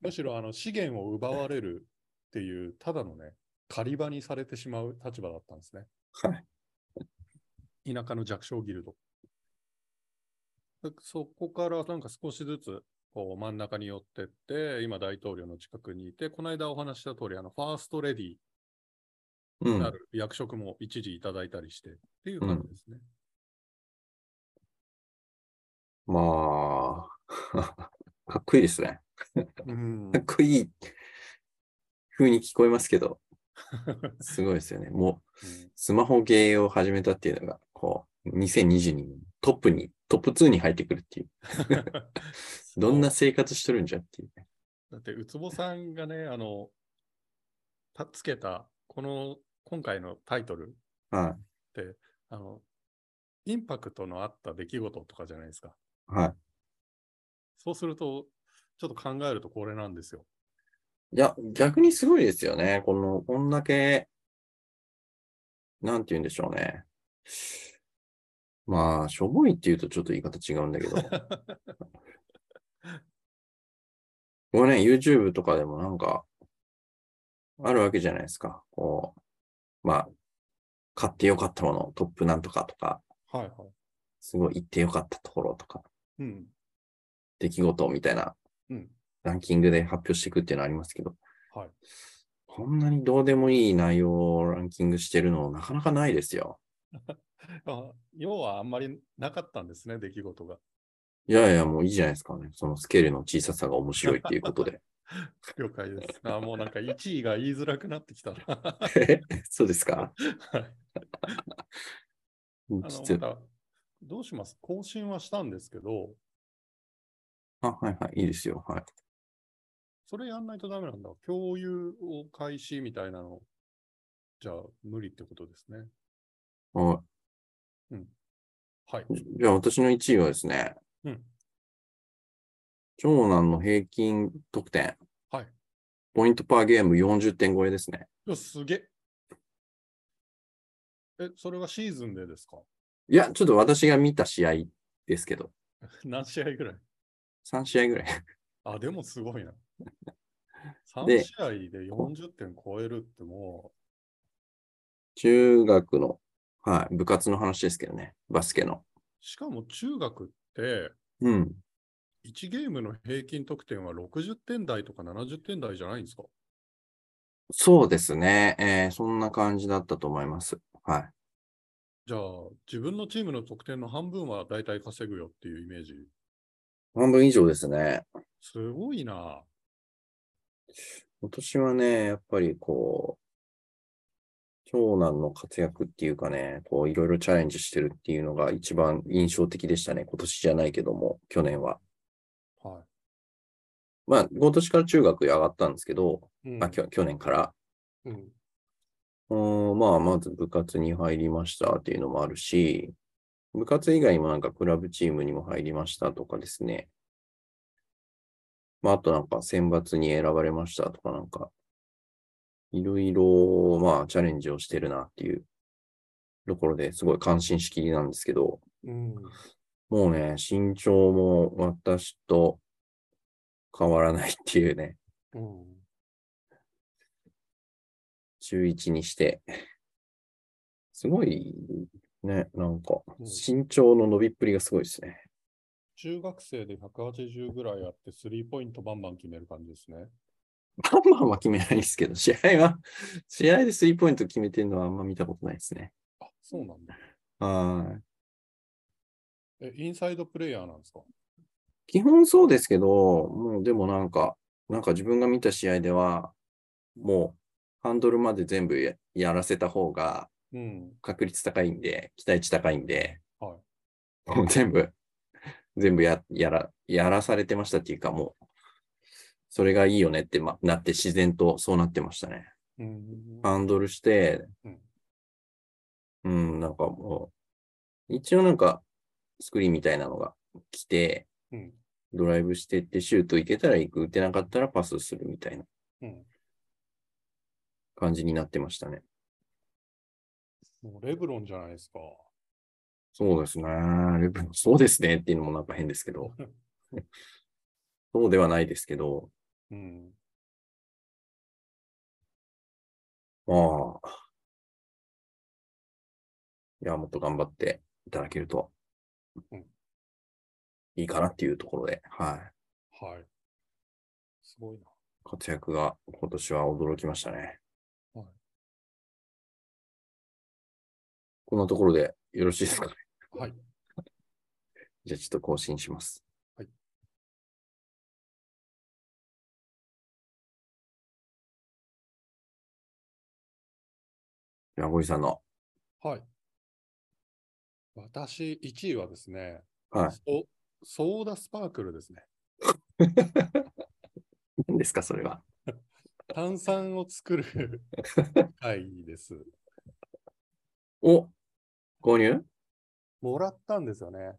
Speaker 3: むしろ、あの、資源を奪われるっていう、ただのね、狩り場にされてしまう立場だったんですね。
Speaker 2: は
Speaker 3: 田舎の弱小ギルド。でそこからなんか少しずつこう真ん中に寄ってって、今大統領の近くにいて、この間お話しした通り、あの、ファーストレディー
Speaker 2: う。
Speaker 3: なんる役職も一時いただいたりしてっていう感じですね。
Speaker 2: まあ、 かっこいいですね。
Speaker 3: うん
Speaker 2: かっこいい風に聞こえますけど、すごいですよね。もう、スマホゲーを始めたっていうのが、こう、2022年トップに、トップ2に入ってくるっていう。 どんな
Speaker 3: そ
Speaker 2: 生活しとるんじゃっていうね。
Speaker 3: うだって、ウツボさんがね、あの、たつけた、この、今回のタイトル、
Speaker 2: は
Speaker 3: あの、インパクトのあった出来事とかじゃないですか。
Speaker 2: い。はい。
Speaker 3: そうすると、ちょっと考えるとこれなん ですよ。
Speaker 2: いや、逆にすごいですよね。この、こんだけ、なんて言うんでしょうね。まあ、しょぼいって言うとちょっと言い方違うんだけ ど。これね、YouTube とかでもなんか、あるわけじゃないですか。こう、まあ、買ってよかったもの、トップなんとかとか、
Speaker 3: はいはい。
Speaker 2: すごい行ってよかったところとか、
Speaker 3: うん。
Speaker 2: 出来事みたいな
Speaker 3: うん。
Speaker 2: ランキングで発表していくっていうのありますけど、
Speaker 3: はい。
Speaker 2: こんなにどうでもいい内容をランキングしてるのなかなかないですよ。
Speaker 3: あ要はあんまりなかったんですね、出来事が。
Speaker 2: いやいや、もういいじゃないですかね。そのスケールの小ささが面白いっていうことで。
Speaker 3: 了解です。あもうなんか1位が言いづらくなってきたな。は
Speaker 2: そうですか
Speaker 3: いあの
Speaker 2: 実
Speaker 3: またどうします更新はしたんですけど、
Speaker 2: あ、はいはい、いいですよ。はい。
Speaker 3: それやんないとダメなんだ。共有を開始みたいなの、じゃあ無理ってことですね。
Speaker 2: はい
Speaker 3: はい。
Speaker 2: じゃあ私の1位はですね、
Speaker 3: うん
Speaker 2: 長男の平均得点、
Speaker 3: はい
Speaker 2: ポイントパーゲーム40点超えですね。
Speaker 3: うわすげえ。え、それはシーズンでですか
Speaker 2: いや、ちょっと私が見た試合ですけど、
Speaker 3: 何試合ぐらい
Speaker 2: 3試合ぐらい。
Speaker 3: あ、でもすごいな。3
Speaker 2: で
Speaker 3: 試合で40点超えるっても
Speaker 2: 中学の、はい、部活の話ですけどね、バスケの。
Speaker 3: う、しかも中学って、
Speaker 2: うん。
Speaker 3: 1ゲームの平均得点は60点台とか70点台じゃないんですか
Speaker 2: そうですね。えーそんな感じだったと思います。はい。
Speaker 3: じゃあ、自分のチームの得点の半分は大体稼ぐよっていうイメージ。
Speaker 2: 半分以上ですね。
Speaker 3: すごいな。
Speaker 2: 今年はね、やっぱりこう、長男の活躍っていうかね、こういろいろチャレンジしてるっていうのが一番印象的でしたね。今年じゃないけども、去年は。
Speaker 3: は
Speaker 2: まあ、今年から中学へ上がったんですけど、
Speaker 3: い。うん
Speaker 2: まあ、きょ去年から。
Speaker 3: うん
Speaker 2: うーんまあ、まず部活に入りましたっていうのもあるし、部活以外にもなんかクラブチームにも入りましたとかですね。まあ、あとなんか選抜に選ばれましたとかなんか、いろいろ、まあ、チャレンジをしてるなっていうところですごい感心しきりなんですけど、
Speaker 3: うん。
Speaker 2: もうね、身長も私と変わらないっていうね、
Speaker 3: うん。
Speaker 2: 中1にして、すごいね、なんか、
Speaker 3: うん
Speaker 2: 身長の伸びっぷりがすごいですね。
Speaker 3: 中学生で180ぐらいあって、スリーポイントバンバン決める感じですね。
Speaker 2: バンバンは決めないですけど、試合は、 試合でスリーポイント決めてるのはあんま見たことないですね。
Speaker 3: あ、そうなんだ。
Speaker 2: はい。
Speaker 3: え、インサイドプレイヤーなんですか
Speaker 2: 基本そうですけど、もうでもなんか、なんか自分が見た試合では、もうハンドルまで全部ややらせた方が
Speaker 3: うん。
Speaker 2: 確率高いんで、期待値高いんで、
Speaker 3: は
Speaker 2: もう 全部、全部ややらやらされてましたっていうか、もう、それがいいよねって、ま、なって自然とそうなってましたね。
Speaker 3: うん。
Speaker 2: ハンドルして
Speaker 3: うん、
Speaker 2: うん、なんかもう、一応なんか、スクリーンみたいなのが来て、
Speaker 3: うん。
Speaker 2: ドライブしてって、シュート行けたら行く、打てなかったらパスするみたいな
Speaker 3: うん。
Speaker 2: 感じになってましたね。
Speaker 3: もうレブロンじゃないですか。
Speaker 2: そうですね。レブロンそうですねっていうのもなんか変ですけど、そうではないですけど、
Speaker 3: うん。
Speaker 2: まあ、いや、もっと頑張っていただけると
Speaker 3: うん、
Speaker 2: いいかなっていうところで、はい。
Speaker 3: はい。すごいな。
Speaker 2: 活躍が今年は驚きましたね。
Speaker 3: はい
Speaker 2: こんなところでよろしいですか ね。
Speaker 3: はい。
Speaker 2: じゃあちょっと更新します。
Speaker 3: はい。
Speaker 2: じゃあ、ゴリさんの。
Speaker 3: はい。私、1位はですね、
Speaker 2: はい
Speaker 3: ソソーダスパークルですね。
Speaker 2: 何ですか、それは。
Speaker 3: 炭酸を作る 会です。
Speaker 2: お購入
Speaker 3: もらったんですよね。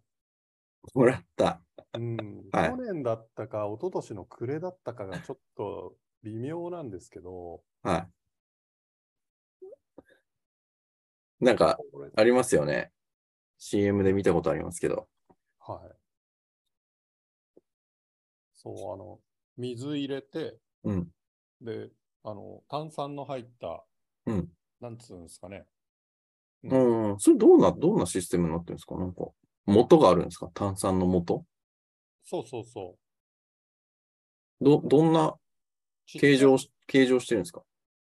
Speaker 2: もらった。
Speaker 3: うん、
Speaker 2: はい
Speaker 3: 去年だったか、一昨年の暮れだったかがちょっと微妙なんですけど、
Speaker 2: はい。なんか、
Speaker 3: これ
Speaker 2: ありますよね。CM で見たことありますけど。
Speaker 3: はい。そう、あの、水入れて、
Speaker 2: うん。
Speaker 3: で、あの、炭酸の入った、
Speaker 2: うん。
Speaker 3: なんつうんですかね。
Speaker 2: うん。それどうな、どんなシステムになってるんですかなんか、元があるんですか炭酸の元
Speaker 3: そうそうそう。
Speaker 2: ど、どんな
Speaker 3: ちっちゃい
Speaker 2: 形状し、形状してるんですか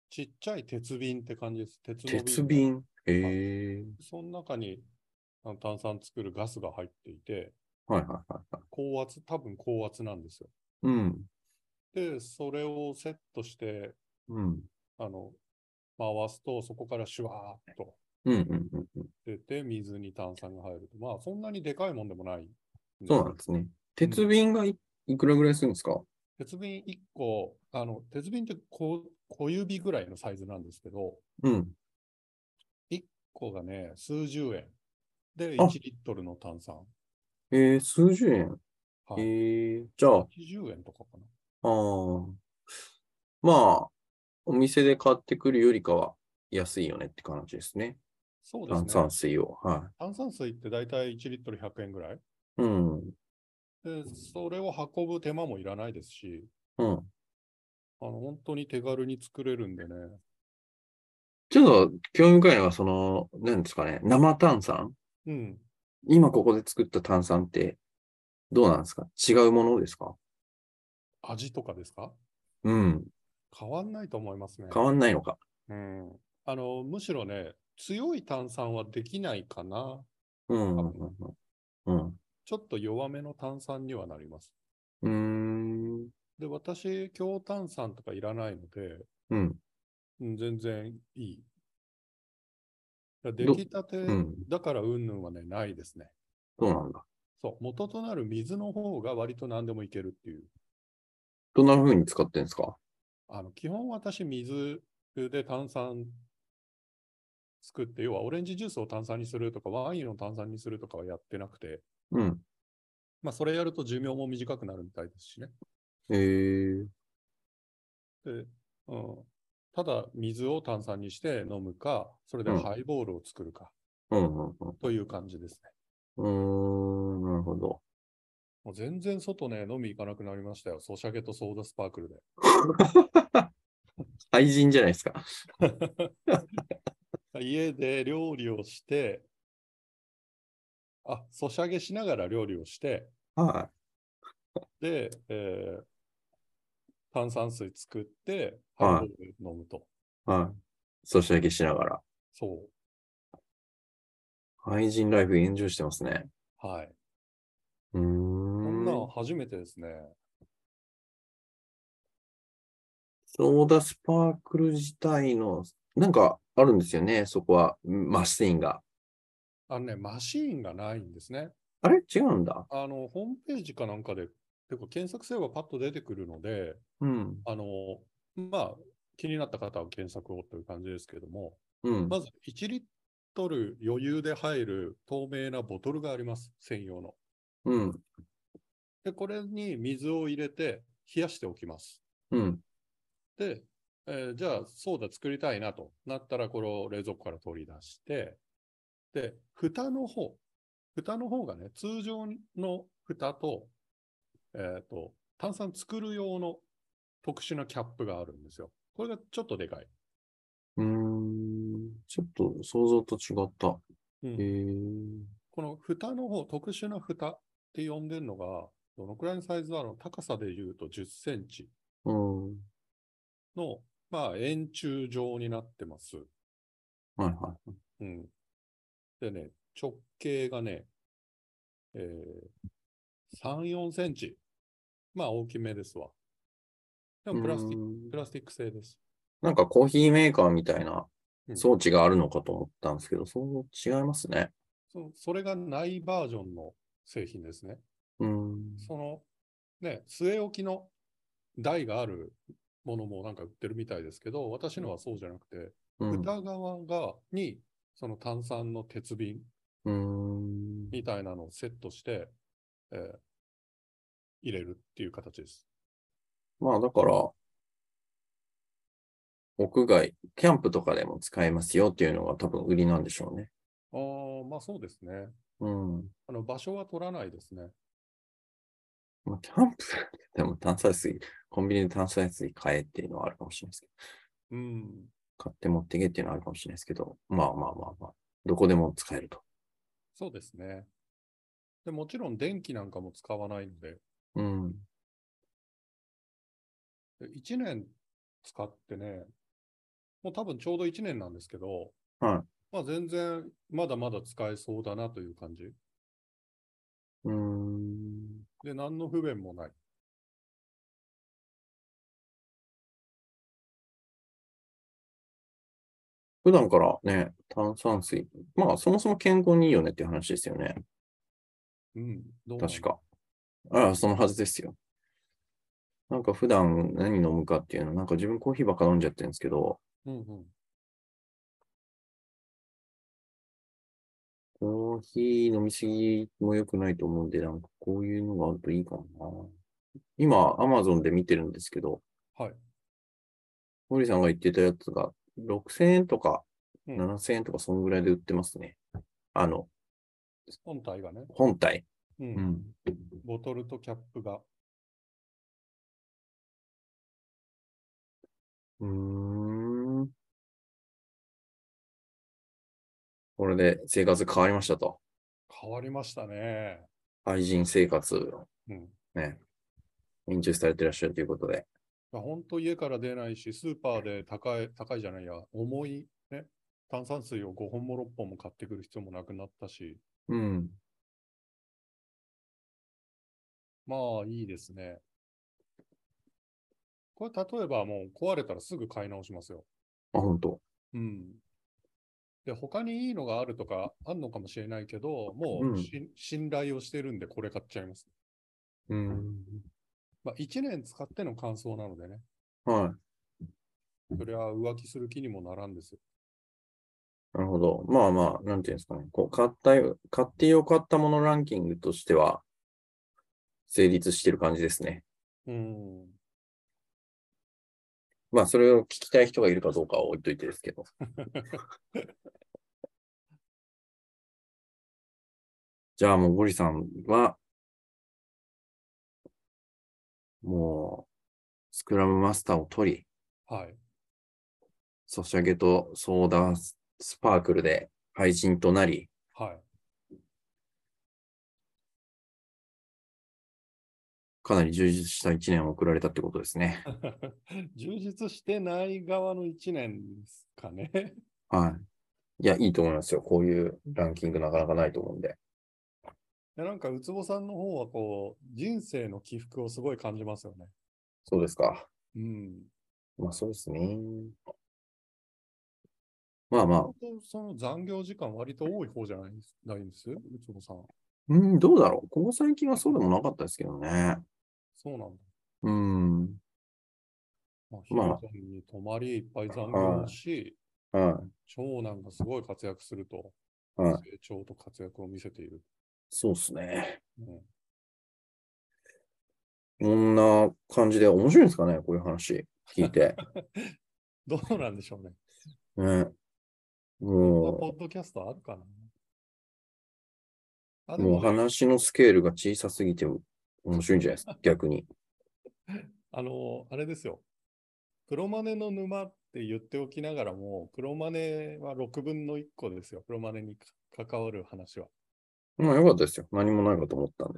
Speaker 3: ちっちゃい鉄瓶って感じです。鉄の瓶が
Speaker 2: 鉄瓶。へえ。
Speaker 3: その中にあの炭酸作るガスが入っていて、
Speaker 2: はいはいはいはい。
Speaker 3: 高圧、多分高圧なんですよ。
Speaker 2: うん。
Speaker 3: で、それをセットして、
Speaker 2: うん。
Speaker 3: あの、回すと、そこからシュワーっと
Speaker 2: うんうんうんうん。
Speaker 3: 出て、水に炭酸が入ると。まあ、そんなにでかいもんでもない。
Speaker 2: そうなんですね。鉄瓶がいいくらぐらいするんですか
Speaker 3: 鉄瓶1個、あの、鉄瓶って小小指ぐらいのサイズなんですけど、
Speaker 2: うん。
Speaker 3: こうがね、数十円で
Speaker 2: あ
Speaker 3: 1リットルの炭酸。
Speaker 2: えー、数十円。
Speaker 3: はい。
Speaker 2: えー、じゃあ、
Speaker 3: 80円とかかな。
Speaker 2: あーまあ、お店で買ってくるよりかは安いよねって感じですね。
Speaker 3: そうですね
Speaker 2: 炭。酸水を。は
Speaker 3: 炭酸水って大体1リットル100円ぐらい。
Speaker 2: い。うん。
Speaker 3: で、それを運ぶ手間もいらないですし、
Speaker 2: うん。
Speaker 3: あの、本当に手軽に作れるんでね。
Speaker 2: ちょっと興味深いのは、その、なんですかね、生炭酸
Speaker 3: うん。
Speaker 2: 今ここで作った炭酸って、どうなんですか違うものですか
Speaker 3: 味とかですか
Speaker 2: うん。
Speaker 3: 変わんないと思いますね。
Speaker 2: 変わんないのか。
Speaker 3: うん。あの、むしろね、強い炭酸はできないかな。
Speaker 2: うん。うんうん。
Speaker 3: ちょっと弱めの炭酸にはなります。
Speaker 2: うん。うーん。
Speaker 3: で、私、強炭酸とかいらないので、
Speaker 2: うん。
Speaker 3: うん、全然いい。だ出
Speaker 2: ど
Speaker 3: 来たて
Speaker 2: うん。
Speaker 3: だからうんぬんはね、ないですね。
Speaker 2: そうなんだ。
Speaker 3: そう、元となる水の方が割と何でもいけるっていう。
Speaker 2: どんな風に使ってんですか
Speaker 3: あの基本私、水で炭酸作って、要はオレンジジュースを炭酸にするとか、ワインを炭酸にするとかはやってなくて、
Speaker 2: うん。
Speaker 3: まあ、それやると寿命も短くなるみたいですしね。
Speaker 2: えー。
Speaker 3: で、うん、ただ、水を炭酸にして飲むか、それで
Speaker 2: うん
Speaker 3: ハイボールを作るか
Speaker 2: うんうんうん。
Speaker 3: という感じですね。
Speaker 2: うーん、なるほど。
Speaker 3: もう全然外ね、飲み行かなくなりましたよ。ソシャゲとソーダスパークルで。
Speaker 2: 愛人じゃないですか。
Speaker 3: 家で料理をして、あ、ソシャゲしながら料理をして、
Speaker 2: は
Speaker 3: で、えー炭酸水作って、
Speaker 2: はい
Speaker 3: ハイボール飲むと。
Speaker 2: い。はい。ソシャゲしながら。
Speaker 3: そ
Speaker 2: 愛人ライフ炎上してますね。
Speaker 3: う。はい。
Speaker 2: うー
Speaker 3: こんなん
Speaker 2: ん。
Speaker 3: 初めてですね。
Speaker 2: ソーダスパークル自体の、なんかあるんですよね、そこは、マシーンが。
Speaker 3: あのね、マシーンがないんですね。
Speaker 2: あれ違うんだ。
Speaker 3: あの、ホームページかなんかで、結構検索すればパッと出てくるので、
Speaker 2: うん。
Speaker 3: あの、まあ、気になった方は検索をという感じですけれども、
Speaker 2: うん。
Speaker 3: まず1リットル余裕で入る透明なボトルがあります、専用の。
Speaker 2: うん。
Speaker 3: で、これに水を入れて冷やしておきます。
Speaker 2: うん。
Speaker 3: で、えーじゃあソーダ作りたいなとなったら、これを冷蔵庫から取り出して、で、蓋の方、蓋の方がね、通常の蓋と、えっ、と、炭酸作る用の特殊なキャップがあるんですよ。これがちょっとでかい。
Speaker 2: うーん。ちょっと想像と違った。
Speaker 3: うん
Speaker 2: へー
Speaker 3: この蓋の方、特殊な蓋って呼んでるのが、どのくらいのサイズだろう高さで言うと10センチ
Speaker 2: うん。
Speaker 3: の、まあ、円柱状になってます。
Speaker 2: はいは
Speaker 3: うん。でね、直径がね、えー、3、4センチ。まあ、大きめですわ。で
Speaker 2: い。
Speaker 3: も、プラスティッ
Speaker 2: う
Speaker 3: ク、
Speaker 2: ーん
Speaker 3: プラスティック製です。
Speaker 2: なんかコーヒーメーカーみたいな
Speaker 3: うん
Speaker 2: 装置があるのかと思ったんですけど、そう違いますね。
Speaker 3: そそれがないバージョンの製品ですね。
Speaker 2: うん。
Speaker 3: その、ね、据え置きの台があるものもなんか売ってるみたいですけど、私のはそうじゃなくて、
Speaker 2: うん。
Speaker 3: 蓋側が、に、その炭酸の鉄瓶
Speaker 2: うーん。
Speaker 3: みたいなのをセットして、えー入れるっていう形です。
Speaker 2: まあだから、屋外、キャンプとかでも使えますよっていうのが多分売りなんでしょうね。
Speaker 3: ああ、まあそうですね。
Speaker 2: うん。
Speaker 3: あの、場所は取らないですね。
Speaker 2: まあ、キャンプでも炭酸水、コンビニで炭酸水買えっていうのはあるかもしれないですけど、
Speaker 3: うん。
Speaker 2: 買って持ってけっていうのはあるかもしれないですけど、まあまあまあまあ、どこでも使えると。
Speaker 3: そうですね。で、もちろん電気なんかも使わないので、
Speaker 2: うん。
Speaker 3: 1年使ってね、もう多分ちょうど1年なんですけど、
Speaker 2: はい
Speaker 3: まあ全然まだまだ使えそうだなという感じ。
Speaker 2: うーん。
Speaker 3: で、何の不便もない。
Speaker 2: 普段からね、炭酸水。まあ、そもそも健康にいいよねっていう話ですよね。
Speaker 3: うん。どうなん
Speaker 2: 確。か。ああ、そのはずですよ。なんか普段何飲むかっていうのは、なんか自分コーヒーばっか飲んじゃってるんですけど、
Speaker 3: うんうん。
Speaker 2: コーヒー飲みすぎも良くないと思うんで、なんかこういうのがあるといいかな。今、アマゾンで見てるんですけど、
Speaker 3: はい。
Speaker 2: 森さんが言ってたやつが、6000円とか
Speaker 3: うん
Speaker 2: 7000円とか、そんぐらいで売ってますね。あの、
Speaker 3: 本体がね。
Speaker 2: 本体。
Speaker 3: う。
Speaker 2: うんん。
Speaker 3: ボトルとキャップが。
Speaker 2: うーん。これで生活変わりましたと。
Speaker 3: 変わりましたね。
Speaker 2: 愛人生活、
Speaker 3: うん。
Speaker 2: ね、認知されてらっしゃるということで。
Speaker 3: 本当家から出ないし、スーパーで高い、高いじゃないや、重い、ね、炭酸水を5本も6本も買ってくる必要もなくなったし、
Speaker 2: うん。
Speaker 3: まあいいですね。これ例えばもう壊れたらすぐ買い直しますよ。
Speaker 2: あ、本当。
Speaker 3: うん。で、他にいいのがあるとかあんのかもしれないけど、も
Speaker 2: うん
Speaker 3: うし、信頼をしてるんでこれ買っちゃいます。
Speaker 2: うん。
Speaker 3: まあ1年使っての感想なのでね、
Speaker 2: は
Speaker 3: それは浮気する気にもならんですよ。
Speaker 2: い。なるほど。まあまあ、なんていうんですかね。こう、買ったよ、買ってよかったものランキングとしては、成立してる感じですね。
Speaker 3: うん。
Speaker 2: まあ、それを聞きたい人がいるかどうかは置いといてですけど。じゃあもう、ゴリさんは、もう、スクラムマスターを取り、
Speaker 3: はい。
Speaker 2: ソシャゲとソーダスパークルで廃人となり、
Speaker 3: はい。
Speaker 2: かなり充実した一年を送られたってことですね。
Speaker 3: 充実してない側の1年ですかね。
Speaker 2: はい。いや、いいと思いますよ。こういうランキングなかなかないと思うんで。
Speaker 3: いやなんか、ウツボさんの方は、こう、人生の起伏をすごい感じますよね。
Speaker 2: そうですか。
Speaker 3: うん。
Speaker 2: まあ、そうですね。まあまあ、
Speaker 3: 本当その残業時間割と多い方じゃないですないんですウツボさん。
Speaker 2: うん、どうだろう。ここ最近はそうでもなかったですけどね。
Speaker 3: そうなんだ。
Speaker 2: うん。
Speaker 3: まあ、ひ
Speaker 2: まあ
Speaker 3: ろちゃんに泊まりいっぱい残業し、
Speaker 2: は
Speaker 3: 長男がすごい活躍すると、
Speaker 2: い。はい。
Speaker 3: 成長と活躍を見せている。
Speaker 2: そうですね。
Speaker 3: うん
Speaker 2: こんな感じで面白いんですかね、こういう話聞いて。
Speaker 3: どうなんでしょうね。
Speaker 2: ね。
Speaker 3: こんな
Speaker 2: もう。
Speaker 3: ポッドキャストあるかなあで
Speaker 2: もう
Speaker 3: もね、
Speaker 2: 話のスケールが小さすぎて面白いんじゃないですか、逆に。
Speaker 3: あの、あれですよ。黒マネの沼って言っておきながらも、黒マネは6分の1個ですよ。黒マネにか関わる話は。
Speaker 2: まあよかったですよ。何もないかと思ったん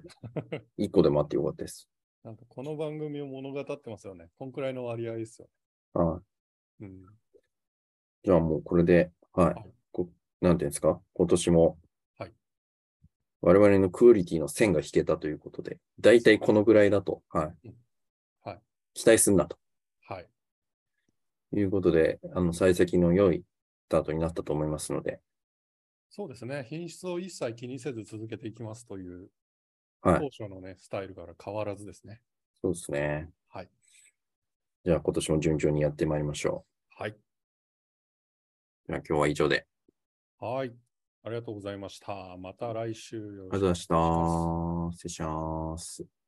Speaker 2: で。一個でもあってよかったです。
Speaker 3: なんかこの番組を物語ってますよね。こんくらいの割合ですよ
Speaker 2: はい。
Speaker 3: ね。うん。
Speaker 2: じゃあもうこれで、は
Speaker 3: はい
Speaker 2: い。こなんていうんですか、今年も、
Speaker 3: はい。
Speaker 2: 我々のクオリティの線が引けたということで、だいたいこのぐらいだと、はい。
Speaker 3: はい。
Speaker 2: 期待すんなと
Speaker 3: はい。
Speaker 2: いうことで、あの、幸先の良いスタートになったと思いますので、
Speaker 3: そうですね。品質を一切気にせず続けていきますという、
Speaker 2: はい
Speaker 3: 当初のね、スタイルから変わらずですね。
Speaker 2: そうですね。
Speaker 3: はい。
Speaker 2: じゃあ今年も順調にやってまいりましょ
Speaker 3: はい。
Speaker 2: う。じゃあ今日は以上で。
Speaker 3: はい。ありがとうございました。また来週よろし
Speaker 2: ありが
Speaker 3: く
Speaker 2: とうございました。失礼します。